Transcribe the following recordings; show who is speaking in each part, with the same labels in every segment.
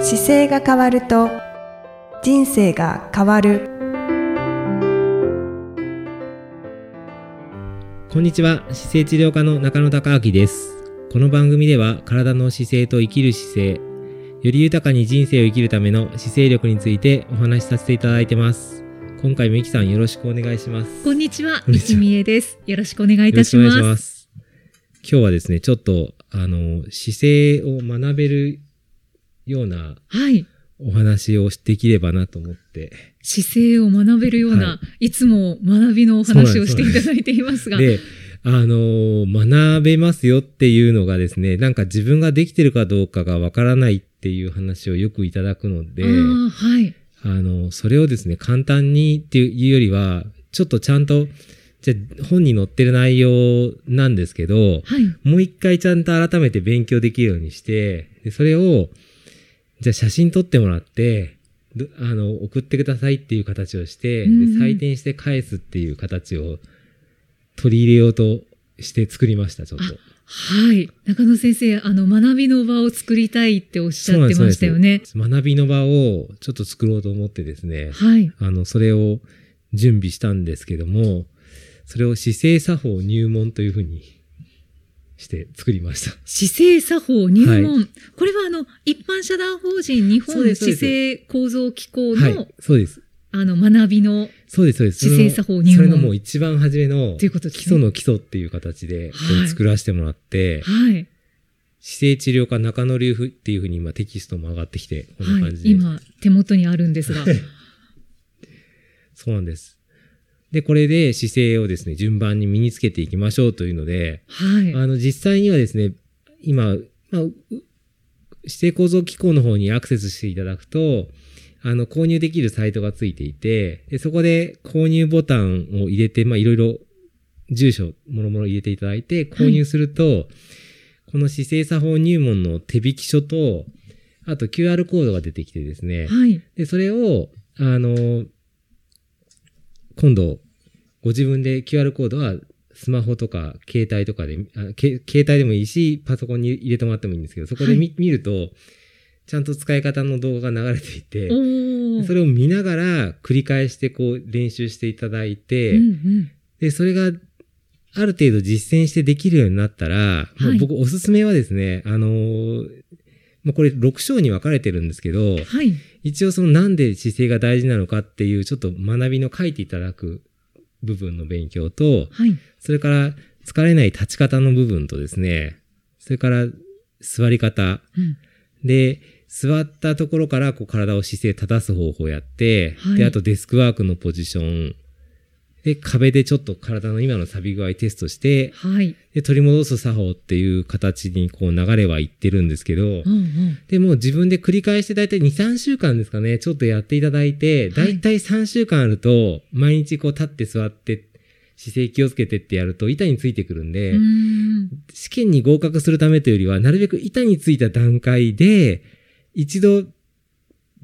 Speaker 1: 姿勢が変わると人生が変わる
Speaker 2: こんにちは姿勢治療科の中野孝明ですこの番組では体の姿勢と生きる姿勢より豊かに人生を生きるための姿勢力についてお話しさせていただいてます今回もゆきさんよろしくお願いします
Speaker 3: こんにちは、
Speaker 2: こんに
Speaker 3: い
Speaker 2: ち
Speaker 3: き
Speaker 2: は
Speaker 3: みえです。よろしくお願いい
Speaker 2: よろ
Speaker 3: た
Speaker 2: し
Speaker 3: し
Speaker 2: くお
Speaker 3: ま
Speaker 2: 願い
Speaker 3: す。
Speaker 2: します今日はですねちょっとあの姿勢を学べるような
Speaker 3: はい。
Speaker 2: お話をできればなと思って
Speaker 3: 姿勢を学べるような、、
Speaker 2: はい
Speaker 3: つも学びのお話をしていただいていますが、
Speaker 2: で、あのー学べますよっていうのがですね、なんか自分ができてるかどうかがわからないっていう話をよくいただくので、
Speaker 3: あーはい。
Speaker 2: あのーそれをですね、簡単にっていうよりは、ちょっとちゃんと、じゃあ本に載ってる内容なんですけど、
Speaker 3: はい。
Speaker 2: もう一回ちゃんと改めて勉強できるようにして、でそれを、じゃあ写真撮ってもらって、どあの、送ってくださいっていう形をして、で
Speaker 3: うんうん
Speaker 2: 採点して返すっていう形を取り入れようとして作りました、ちょっと。
Speaker 3: はい。中野先生、あの、学びの場を作りたいっておっし
Speaker 2: そう
Speaker 3: ゃ
Speaker 2: なん
Speaker 3: っ
Speaker 2: で
Speaker 3: て
Speaker 2: すそう
Speaker 3: ま
Speaker 2: で
Speaker 3: したよ
Speaker 2: す
Speaker 3: ね。
Speaker 2: 学びの場をちょっと作ろうと思ってですね、
Speaker 3: はい。
Speaker 2: あの、それを準備したんですけども、それを姿勢作法入門というふうにして作りました。
Speaker 3: 姿勢作法入門。
Speaker 2: は
Speaker 3: これは、あの、一般社団法人日
Speaker 2: そう
Speaker 3: 本
Speaker 2: ですそうで
Speaker 3: 姿
Speaker 2: す
Speaker 3: 勢構造機構
Speaker 2: は
Speaker 3: の、
Speaker 2: い、そうです。
Speaker 3: あの、学びの、
Speaker 2: そうです、そうです。
Speaker 3: 姿勢作法入門
Speaker 2: それのもう一番初めの
Speaker 3: ということ
Speaker 2: 基
Speaker 3: ですね
Speaker 2: 礎の基礎っていう形でこれ作らせてもらって、
Speaker 3: はい。
Speaker 2: 姿勢治療科中野流っていうふうに今テキストも上がってきて、こんな
Speaker 3: は
Speaker 2: 感
Speaker 3: い。
Speaker 2: じで。
Speaker 3: 今、手元にあるん ですが。
Speaker 2: そうなんです。で、これで姿勢をですね、順番に身につけていきましょうというので、
Speaker 3: はい。
Speaker 2: あの、実際にはですね、今、まあ、う姿勢構造機構の方にアクセスしていただくと、あの、購入できるサイトがついていて、でそこで購入ボタンを入れて、まあ、いろいろ住所、もろもろ入れていただいて、購入すると、この姿勢作法入門の手引き書と、あと QR コードが出てきてですね、
Speaker 3: はい。
Speaker 2: で、それを、あの、今度、ご自分で QR コードはスマホとか携帯とかで、あけ携帯でもいいし、パソコンに入れてもらってもいいんですけど、そこで見,、見ると、ちゃんと使い方の動画が流れていて
Speaker 3: お、ー。
Speaker 2: それを見ながら繰り返してこう練習していただいて、
Speaker 3: うんうん。
Speaker 2: で、それがある程度実践してできるようになったら、もう僕おすすめはですね、あのーもうこれ6章に分かれてるんですけど、
Speaker 3: はい。
Speaker 2: 一応そのなんで姿勢が大事なのかっていうちょっと学びの書いていただく部分の勉強と、
Speaker 3: はい。
Speaker 2: それから疲れない立ち方の部分とですね、それから座り方。
Speaker 3: うん
Speaker 2: で、座ったところからこう体を姿勢正す方法をやって、
Speaker 3: はい
Speaker 2: で、あとデスクワークのポジション。で、壁でちょっと体の今の錆び具合テストして、
Speaker 3: はい。
Speaker 2: で、取り戻す作法っていう形にこう流れはいってるんですけど、
Speaker 3: うんうん。
Speaker 2: で、もう自分で繰り返して大体2、3週間ですかね、ちょっとやっていただいて、
Speaker 3: はい
Speaker 2: 大体3週間あると、毎日こう立って座って、姿勢気をつけてってやると板についてくるんで、
Speaker 3: うーん
Speaker 2: 試験に合格するためというよりは、なるべく板についた段階で、一度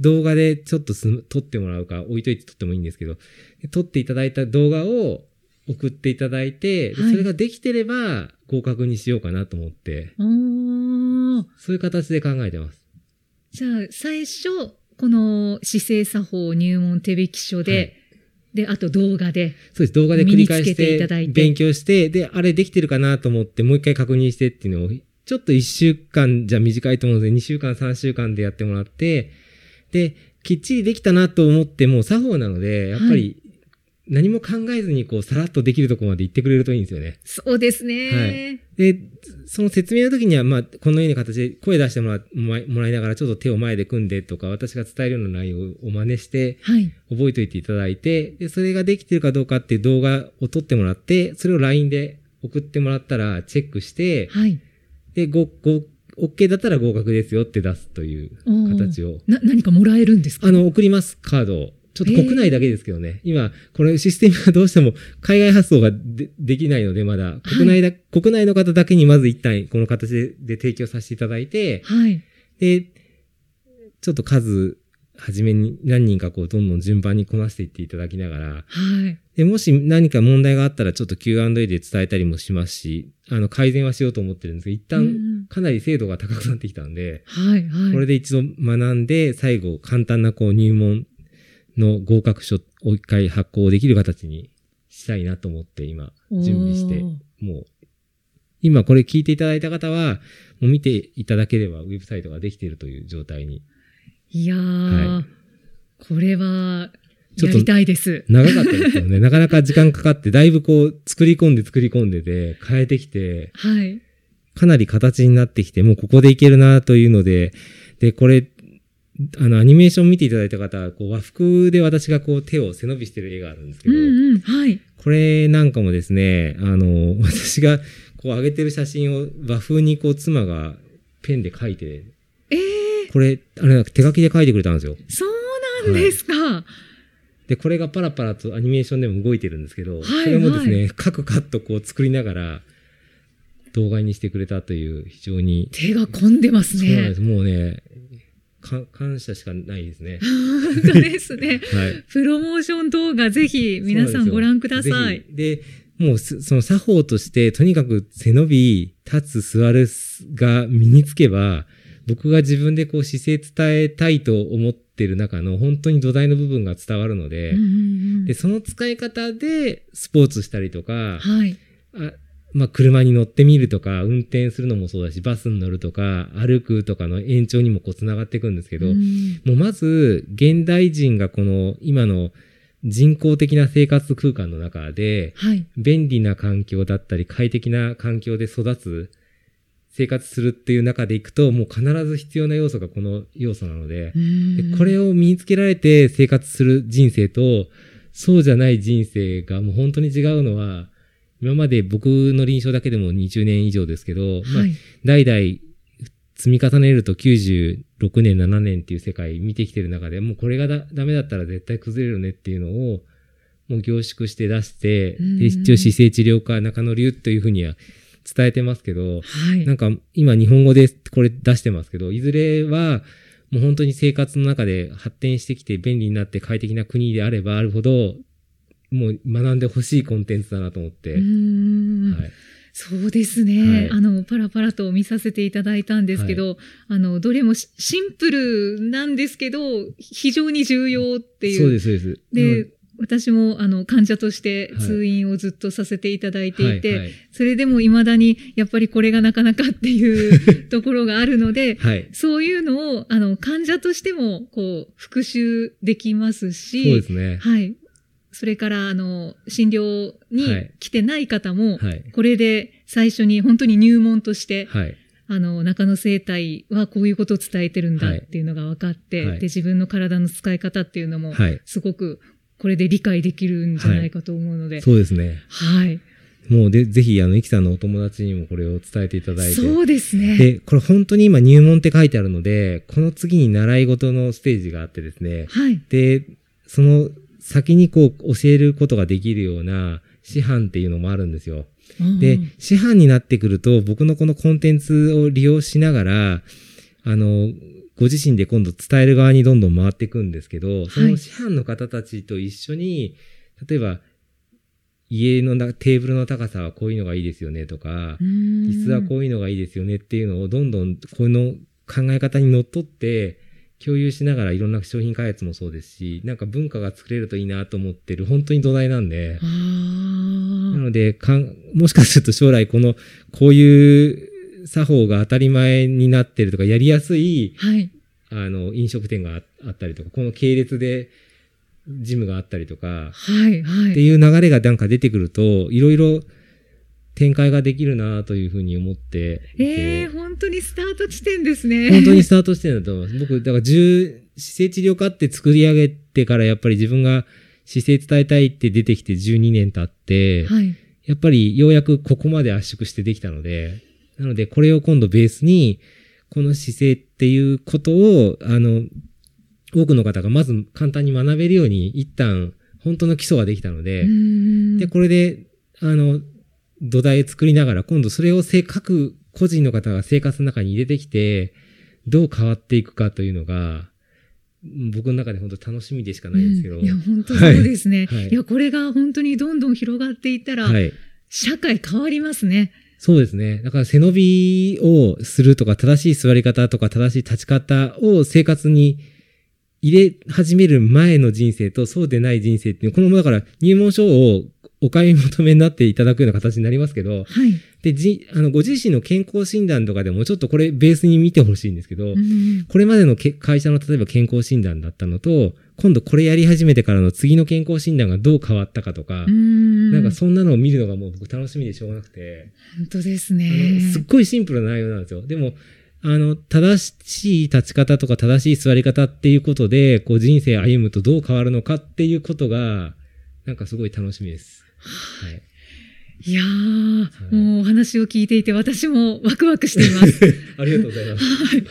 Speaker 2: 動画でちょっとす撮ってもらうか、置いといて撮ってもいいんですけど、で撮っていただいた動画を送っていただいて、で
Speaker 3: はい
Speaker 2: それができてれば合格にしようかなと思って、
Speaker 3: おー
Speaker 2: そういう形で考えてます。
Speaker 3: じゃあ、最初、この姿勢作法入門手引き書で、
Speaker 2: はい
Speaker 3: で、あと動画で。
Speaker 2: そうです。動画で繰り返し
Speaker 3: 身につけて
Speaker 2: て
Speaker 3: いただい、て
Speaker 2: 勉強して、で、あれできてるかなと思って、もう一回確認してっていうのを、ちょっと1週間じゃ短いと思うので、2週間、3週間でやってもらって、で、きっちりできたなと思っても、作法なので、やっぱ
Speaker 3: は
Speaker 2: り、何も考えずに、こう、さらっとできるとこまで行ってくれるといいんですよね。
Speaker 3: そうですね。
Speaker 2: で、その説明の時には、まあ、このような形で声出してもらもらいもらいながら、ちょっと手を前で組んでとか、私が伝えるような内容を真似して、
Speaker 3: はい。
Speaker 2: 覚えておいていただいて、で、それができてるかどうかっていう動画を撮ってもらって、それを LINE で送ってもらったらチェックして、
Speaker 3: はい。
Speaker 2: で、ご、ご、OK だったら合格ですよって出すという
Speaker 3: おー
Speaker 2: 形を。
Speaker 3: な、何かもらえるんですか
Speaker 2: あの、送ります、カードを。ちょっと国内だけですけどね。今、これシステムがどうしても海外発送がでできないので、まだ。国内だ、国内の方だけにまず一旦この形でで提供させていただいて、
Speaker 3: はい。
Speaker 2: で、ちょっと数、はじめに何人かこう、どんどん順番にこなしていっていただきながら、
Speaker 3: はい。
Speaker 2: で、もし何か問題があったら、ちょっと Q&A で伝えたりもしますし、あの、改善はしようと思ってるんですけど、一
Speaker 3: う
Speaker 2: 旦
Speaker 3: んうん
Speaker 2: かなり精度が高くなってきたんで、
Speaker 3: はいはい。
Speaker 2: これで一度学んで、最後、簡単なこう入門の合格書を一回発行できる形にしたいなと思って、今、準備して、
Speaker 3: おー
Speaker 2: もう、今これ聞いていただいた方は、もう見ていただければ、ウェブサイトができているという状態に。
Speaker 3: いやー、
Speaker 2: はい
Speaker 3: これは、
Speaker 2: ちょっ
Speaker 3: や
Speaker 2: と
Speaker 3: りたいです。
Speaker 2: 長かったですよね。 なかなか時間かかって、だいぶこう、作り込んで作り込んでで、変えてきて、
Speaker 3: はい。
Speaker 2: かなり形になってきて、もうここでいけるなというので、で、これ、あの、アニメーション見ていただいた方は、こう和服で私がこう手を背伸びしてる絵があるんですけ
Speaker 3: う
Speaker 2: ど、
Speaker 3: んうん、はい。
Speaker 2: これなんかもですね、あの、 私がこう上げてる写真を和風にこう妻がペンで描いて、
Speaker 3: えー、
Speaker 2: これ、あれなんか手書きで描いてくれたんですよ。
Speaker 3: そうなんですか。
Speaker 2: で、これがパラパラとアニメーションでも動いてるんですけど、
Speaker 3: い
Speaker 2: それもですね、各カットこう作りながら動画にしてくれたという非常に
Speaker 3: 手が込んでます
Speaker 2: そうなんで
Speaker 3: ね。
Speaker 2: す。もうね、か感謝しかないです ね。
Speaker 3: 本当ですね。
Speaker 2: はい。
Speaker 3: プロモーション動画、ぜひ皆さんご覧ください
Speaker 2: ぜ。ひ。で、もうすその作法として、とにかく背伸び、立つ、座るが身につけば、僕が自分でこう姿勢伝えたいと思ってる中の本当に土台の部分が伝わるので、
Speaker 3: うんうんうん
Speaker 2: で、その使い方でスポーツしたりとか、
Speaker 3: はい。
Speaker 2: あまあ、車に乗ってみるとか、運転するのもそうだし、バスに乗るとか、歩くとかの延長にもこう繋がっていくんですけど、
Speaker 3: うん
Speaker 2: もうまず、現代人がこの今の人工的な生活空間の中で、
Speaker 3: はい。
Speaker 2: 便利な環境だったり、快適な環境で育つ、生活するっていう中でいくと、もう必ず必要な要素がこの要素なので、でこれ
Speaker 3: を、
Speaker 2: を身につけられて生活する人生と、そうじゃない人生がもう本当に違うのは、今まで僕の臨床だけでも20年以上ですけど、まあ
Speaker 3: はい。
Speaker 2: 代々積み重ねると96年7年っていう世界見てきてる中でもうこれがだダメだったら絶対崩れるねっていうのをもう凝縮して出して、
Speaker 3: うん
Speaker 2: で一応姿勢治療科中野流というふうには伝えてますけど、
Speaker 3: はい。
Speaker 2: なんか今日本語でこれ出してますけどいずれはもう本当に生活の中で発展してきて便利になって快適な国であればあるほどもう学んでほしいコンテンツだなと思って、
Speaker 3: うんうんうん
Speaker 2: はい、
Speaker 3: そうですね、
Speaker 2: はい
Speaker 3: あのパラパラと見させていただいたんですけど、あのどれもしシンプルなんですけど非常に重要っていう
Speaker 2: そうですそうです。
Speaker 3: で
Speaker 2: うん
Speaker 3: 私もあの患者として
Speaker 2: はい
Speaker 3: 通院をずっとさせていただいていて、
Speaker 2: はいはい
Speaker 3: それでも未だにやっぱりこれがなかなかっていう ところがあるので
Speaker 2: はい。
Speaker 3: そういうのをあの患者としてもこう復習できますし
Speaker 2: そうですね。
Speaker 3: はい、それからあの診療に
Speaker 2: はい
Speaker 3: 来てない方も、
Speaker 2: はい。
Speaker 3: これで最初に本当に入門として、
Speaker 2: はい。
Speaker 3: あの中野生態はこういうことを伝えてるんだ
Speaker 2: はい
Speaker 3: っていうのが分かって、
Speaker 2: はい
Speaker 3: で自分の体の使い方っていうのも
Speaker 2: はい。
Speaker 3: すごくこれで理解できるんじゃないかと思うので、はい
Speaker 2: そうですね。もうで、ぜひ、あの、イキさんのお友達にもこれを伝えていただいて。
Speaker 3: そうですね。
Speaker 2: で、これ本当に今入門って書いてあるので、この次に習い事のステージがあってですね。
Speaker 3: はい、
Speaker 2: で、その先にこう教えることができるような師範っていうのもあるんですよ。で
Speaker 3: うん、
Speaker 2: 師範になってくると、僕のこのコンテンツを利用しながら、あの、ご自身で今度伝える側にどんどん回っていくんですけど、そ
Speaker 3: は
Speaker 2: の
Speaker 3: い
Speaker 2: 師範の方たちと一緒に、例えば、家のなテーブルの高さはこういうのがいいですよねとか
Speaker 3: う、ん
Speaker 2: 椅子はこういうのがいいですよねっていうのをどんどんこの考え方にのっとって共有しながらいろんな商品開発もそうですし、なんか文化が作れるといいなと思ってる本当に土台なんで、
Speaker 3: あ
Speaker 2: な
Speaker 3: ー
Speaker 2: のでかん、もしかすると将来この、こういう作法が当たり前になってるとか、やりやすい、
Speaker 3: はい、
Speaker 2: あの、飲食店がああったりとか、この系列でジムがあったりとか、
Speaker 3: はい、は
Speaker 2: って
Speaker 3: い。
Speaker 2: いう流れがなんか出てくると、いろいろ展開ができるなというふうに思っていて
Speaker 3: えー、本当にスタート地点ですね。
Speaker 2: 本当にスタートしてるんだと思います。僕、だから、10姿勢治療科って作り上げてから、やっぱり自分が姿勢伝えたいって出てきて12年経って、
Speaker 3: はい、
Speaker 2: やっぱりようやくここまで圧縮してできたので、なのでこれを今度ベースに、この姿勢っていうことを、あの、多くの方がまず簡単に学べるように、一旦本当の基礎ができたので、
Speaker 3: うん
Speaker 2: で、これで、あの、土台作りながら、今度それをせ各個人の方が生活の中に入れてきて、どう変わっていくかというのが、僕の中で本当楽しみでしかないんですけど。
Speaker 3: うんいや、本当そうですね。
Speaker 2: はい
Speaker 3: い、や、これが本当にどんどん広がっていったら、
Speaker 2: はい。
Speaker 3: 社会変わりますね。
Speaker 2: そうですね。だから背伸びをするとか、正しい座り方とか、正しい立ち方を生活に入れ始める前の人生と、そうでない人生っていう、この、だから入門書をお買い求めになっていただくような形になりますけど、
Speaker 3: はい。
Speaker 2: で、じ、あの、ご自身の健康診断とかでも、ちょっとこれベースに見てほしいんですけど、
Speaker 3: うん
Speaker 2: これまでのけ会社の例えば健康診断だったのと、今度これやり始めてからの次の健康診断がどう変わったかとか、
Speaker 3: うん。
Speaker 2: なんか
Speaker 3: 本
Speaker 2: そんなのを見るのがもう僕楽しみでしょうがなくて、
Speaker 3: 当です
Speaker 2: あの
Speaker 3: ね。
Speaker 2: すっごいシンプルな内容なんですよ。でも、あの、正しい立ち方とか正しい座り方っていうことで、こう人生歩むとどう変わるのかっていうことが、なんかすごい楽しみです。はい。
Speaker 3: いやー、
Speaker 2: い
Speaker 3: もうお話を聞いていて、私もワクワクして います。
Speaker 2: ありがとうございます。はい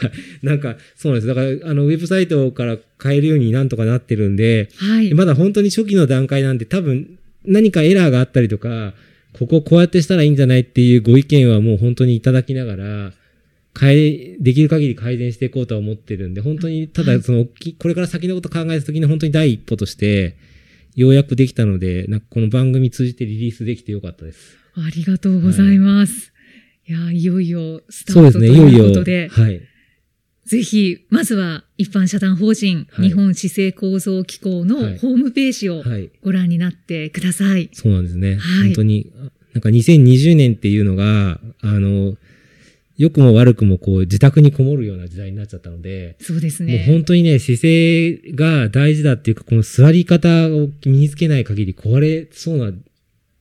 Speaker 2: なんか、そうなんです。だから、あの、ウェブサイトから変えるようになんとかなってるんで、
Speaker 3: はい。
Speaker 2: まだ本当に初期の段階なんで、多分何かエラーがあったりとか、こここうやってしたらいいんじゃないっていうご意見はもう本当にいただきながら、変え、できる限り改善していこうとは思ってるんで、本当に、ただその、きこれから先のこと考えた時の本当に第一歩として、ようやくできたので、なんかこの番組通じてリリースできてよかったです。
Speaker 3: ありがとうございます。い、やーいよいよスタ
Speaker 2: そう
Speaker 3: ー
Speaker 2: で
Speaker 3: ト
Speaker 2: す
Speaker 3: と
Speaker 2: ね、いよい
Speaker 3: いう
Speaker 2: よ。
Speaker 3: ことで、
Speaker 2: はい。
Speaker 3: ぜひ、まずは一般社団法人、
Speaker 2: はい
Speaker 3: 日本姿勢構造機構
Speaker 2: は
Speaker 3: の
Speaker 2: い
Speaker 3: ホームページを
Speaker 2: はい。
Speaker 3: ご覧になってください。
Speaker 2: そうなんですね。
Speaker 3: はい
Speaker 2: 本当に、なんか2020年っていうのが、あの、良くも悪くもこう自宅にこもるような時代になっちゃったので、
Speaker 3: そうです
Speaker 2: もう
Speaker 3: ね。
Speaker 2: 本当にね、姿勢が大事だっていうか、この座り方を身につけない限り壊れそうな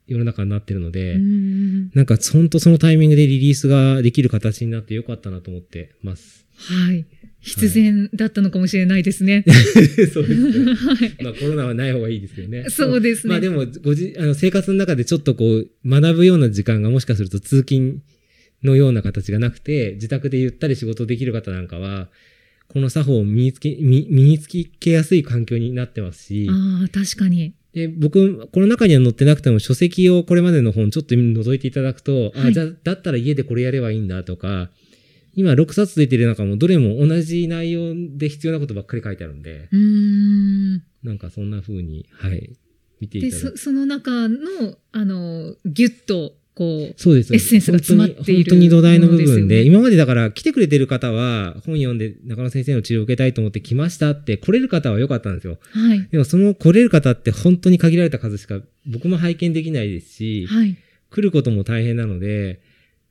Speaker 2: 世の中になってるので、
Speaker 3: うん
Speaker 2: なんかほんとそのタイミングでリリースができる形になってよかったなと思って ます。
Speaker 3: はい。必然だったのかもしれないですね。
Speaker 2: そうですね。
Speaker 3: はい。
Speaker 2: まあコロナはない方がいいですけどね。
Speaker 3: そうですね
Speaker 2: まあでも、ごじ、あの、生活の中でちょっとこう、学ぶような時間がもしかすると通勤のような形がなくて、自宅でゆったり仕事できる方なんかは、この作法を身につけ、身身につけやすい環境になってますし、
Speaker 3: ああ、確かに。
Speaker 2: で、僕、この中には載ってなくても書籍をこれまでの本ちょっと覗いていただくと、
Speaker 3: は
Speaker 2: あ、
Speaker 3: い
Speaker 2: じゃあ、だったら家でこれやればいいんだとか、今6冊出てる中もどれも同じ内容で必要なことばっかり書いてあるんで、
Speaker 3: うーん。
Speaker 2: なんかそんな風に、はい、見てい
Speaker 3: で、
Speaker 2: ただく
Speaker 3: そその中の、あの、ギュッと、こう、
Speaker 2: そうです。
Speaker 3: エッセンスが詰まってい
Speaker 2: 本
Speaker 3: る
Speaker 2: 当に本当に土台の部
Speaker 3: もの
Speaker 2: 分
Speaker 3: です
Speaker 2: で
Speaker 3: よね
Speaker 2: 今までだから来てくれてる方は、本読んで中野先生の治療を受けたいと思って来ましたって、来れる方は良かったんですよ。
Speaker 3: はい。
Speaker 2: でもその来れる方って本当に限られた数しか僕も拝見できないですし、
Speaker 3: はい。
Speaker 2: 来ることも大変なので、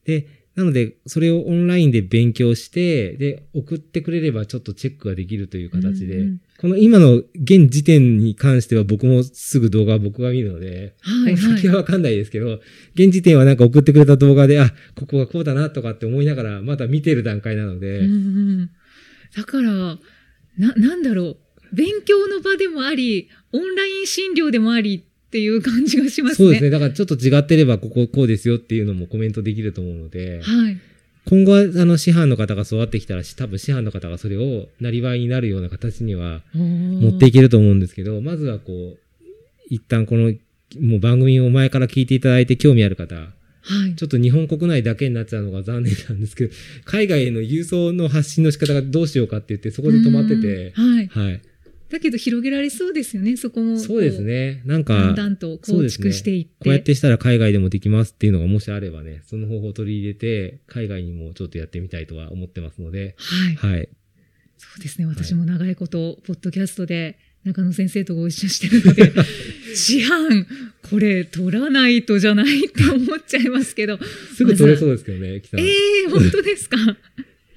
Speaker 2: で、なので、それをオンラインで勉強して、で、送ってくれればちょっとチェックができるという形で、
Speaker 3: うんうん
Speaker 2: この今の現時点に関しては僕もすぐ動画は僕が見るので、
Speaker 3: はい。
Speaker 2: この先
Speaker 3: は
Speaker 2: はわかんないですけど、現時点はなんか送ってくれた動画で、あ、ここがこうだなとかって思いながら、まだ見てる段階なの
Speaker 3: い。
Speaker 2: で、
Speaker 3: うんうんだから、な、なんだろう。勉強の場でもあり、オンライン診療でもありっていう感じがしますね。
Speaker 2: そうですね。だからちょっと違ってれば、こここうですよっていうのもコメントできると思うので、
Speaker 3: はい。
Speaker 2: 今後は、あの、師範の方が育ってきたら、し多分師範の方がそれを、なりわいになるような形には、
Speaker 3: 持
Speaker 2: 持っていけると思うんですけど、まずはこう、一旦この、もう番組を前から聞いていただいて興味ある方、
Speaker 3: はい。
Speaker 2: ちょっと日本国内だけになっちゃうのが残念なんですけど、海外への郵送の発信の仕方がどうしようかって言って、そこで止まってて、
Speaker 3: うんはい。
Speaker 2: はい。
Speaker 3: だけど広げられそうですよね、そこも。
Speaker 2: そうですね。なん
Speaker 3: こう。だ
Speaker 2: か
Speaker 3: ん、だんと
Speaker 2: そう
Speaker 3: 構
Speaker 2: です
Speaker 3: 築
Speaker 2: ね
Speaker 3: していって。
Speaker 2: こうやってしたら海外でもできますっていうのがもしあればね、その方法を取り入れて、海外にもちょっとやってみたいとは思ってますので、
Speaker 3: はい。
Speaker 2: はい。
Speaker 3: そうですね。私も長いこと、ポッドキャストで中野先生とご一緒して るので、師範、これ取らないとじゃないって思っちゃいますけど。
Speaker 2: すぐ取れそうですけどね、北
Speaker 3: え
Speaker 2: 野さん
Speaker 3: えー、本当ですか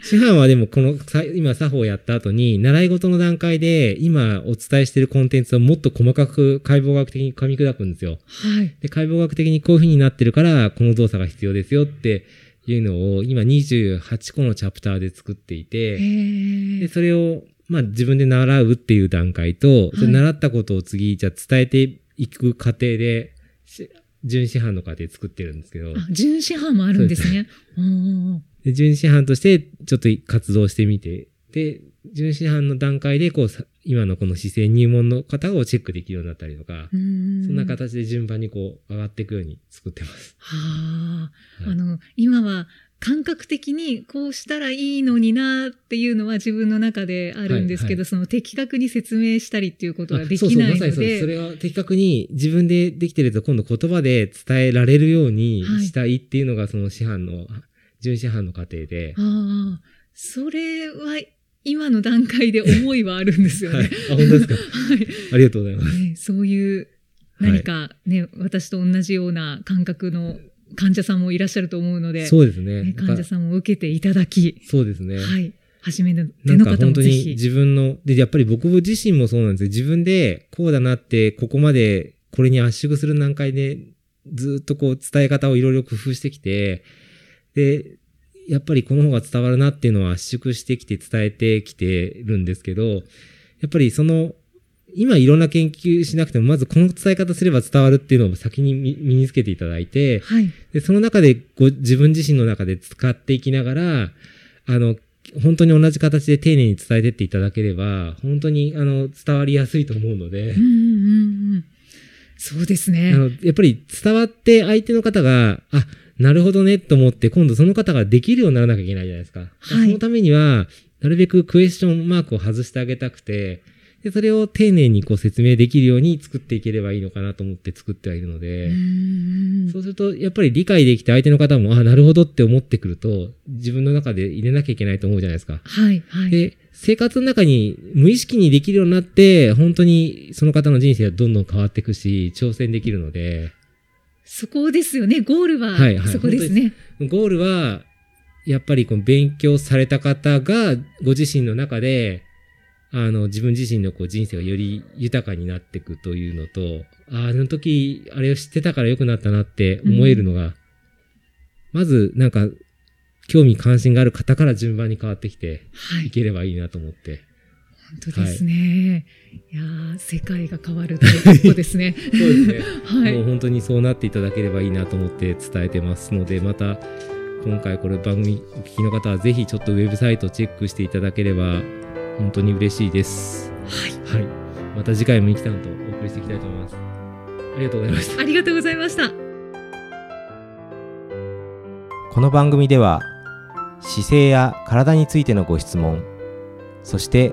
Speaker 2: 師範はでもこのさ今作法をやった後に習い事の段階で今お伝えしているコンテンツをもっと細かく解剖学的に噛み砕くんですよ。
Speaker 3: はい。
Speaker 2: で解剖学的にこういう風になってるからこの動作が必要ですよっていうのを今28個のチャプターで作ってい
Speaker 3: え
Speaker 2: て、
Speaker 3: ー
Speaker 2: でそれをまあ自分で習うっていう段階と、それ
Speaker 3: はい
Speaker 2: 習ったことを次じゃあ伝えていく過程でし準師範の過程作ってるんですけど。
Speaker 3: あ、準師範もあるんですね。おー
Speaker 2: で、準師範としてちょっと活動してみて、で、準師範の段階で、こうさ、今のこの姿勢入門の方をチェックできるようになったりとか
Speaker 3: う、ーん
Speaker 2: そんな形で順番にこう、上がっていくように作ってます。
Speaker 3: はあ、
Speaker 2: はい
Speaker 3: あの、今は感覚的にこうしたらいいのになっていうのは自分の中であるんですけ
Speaker 2: はい
Speaker 3: ど、
Speaker 2: は
Speaker 3: その的確に説明したりっていうこと
Speaker 2: あ
Speaker 3: ができない
Speaker 2: そ
Speaker 3: の
Speaker 2: うそうまさにそうですそ
Speaker 3: で、
Speaker 2: れは的確に自分でできてると今度言葉で伝えられるようにしたいっていうのがその師範の、準師範の過程で、
Speaker 3: ああ、それは今の段階で思いはあるんですよ
Speaker 2: はい
Speaker 3: ね。
Speaker 2: あ本当ですかありがとうございます
Speaker 3: はい、ねそういう何かね、私と同じような感覚の患者さんもいらっしゃると思うので、
Speaker 2: そうですね
Speaker 3: ね
Speaker 2: なん
Speaker 3: 患者
Speaker 2: か
Speaker 3: さんも受けていただき、
Speaker 2: そうですね、
Speaker 3: はい、初めて
Speaker 2: なん
Speaker 3: の
Speaker 2: か
Speaker 3: 方
Speaker 2: 本
Speaker 3: も
Speaker 2: 当
Speaker 3: ぜ
Speaker 2: に
Speaker 3: ひ。
Speaker 2: 自分の、で、やっぱり僕自身もそうなんですよ。自分でこうだなって、ここまでこれに圧縮する段階で、ずっとこう伝え方をいろいろ工夫してきて、で、やっぱりこの方が伝わるなっていうのは圧縮してきて伝えてきてるんですけど、やっぱりその、今いろんな研究しなくても、まずこの伝え方すれば伝わるっていうのを先に身身につけていただいて、
Speaker 3: はい、
Speaker 2: で、その中でご自分自身の中で使っていきながら、あの、本当に同じ形で丁寧に伝えてっていただければ、本当にあの伝わりやすいと思うので
Speaker 3: うん、うんうんうん、そうです
Speaker 2: あ
Speaker 3: ね。
Speaker 2: のやっぱり伝わって相手の方が、あ、なるほどねと思って、今度その方ができるようにならなきゃいけないじゃないですか。
Speaker 3: はい
Speaker 2: そのためには、なるべくクエスチョンマークを外してあげたくて、でそれを丁寧にこう説明できるように作っていければいいのかなと思って作ってはいるので。
Speaker 3: うんうんうん
Speaker 2: そうすると、やっぱり理解できて相手の方も、あ、なるほどって思ってくると、自分の中で入れなきゃいけないと思うじゃないですか。
Speaker 3: はい、はい。
Speaker 2: で、生活の中に無意識にできるようになって、本当にその方の人生はどんどん変わっていくし、挑戦できるので、
Speaker 3: そこですよね。ゴールは
Speaker 2: はいはい
Speaker 3: そこですね。
Speaker 2: ゴールは、やっぱりこの勉強された方が、ご自身の中で、あの、自分自身のこう人生がより豊かになっていくというのと、ああ、あの時、あれを知ってたから良くなったなって思えるのが、まず、なんか、興味関心がある方から順番に変わってきて
Speaker 3: はいい、
Speaker 2: ければいいなと思って。
Speaker 3: 本当ですね。い、やー世界が変わるということで すね。
Speaker 2: そうですね。
Speaker 3: は
Speaker 2: もう
Speaker 3: い、
Speaker 2: 本当にそうなっていただければいいなと思って伝えてますのでまた今回これ番組お聞きの方はぜひちょっとウェブサイトチェックしていただければ本当に嬉しいですは
Speaker 3: は
Speaker 2: いまた次回も生きたのとお送りしていきたいと思いますありがとうございました
Speaker 3: い、ありがとうございました。
Speaker 4: この番組では姿勢や体についてのご質問そして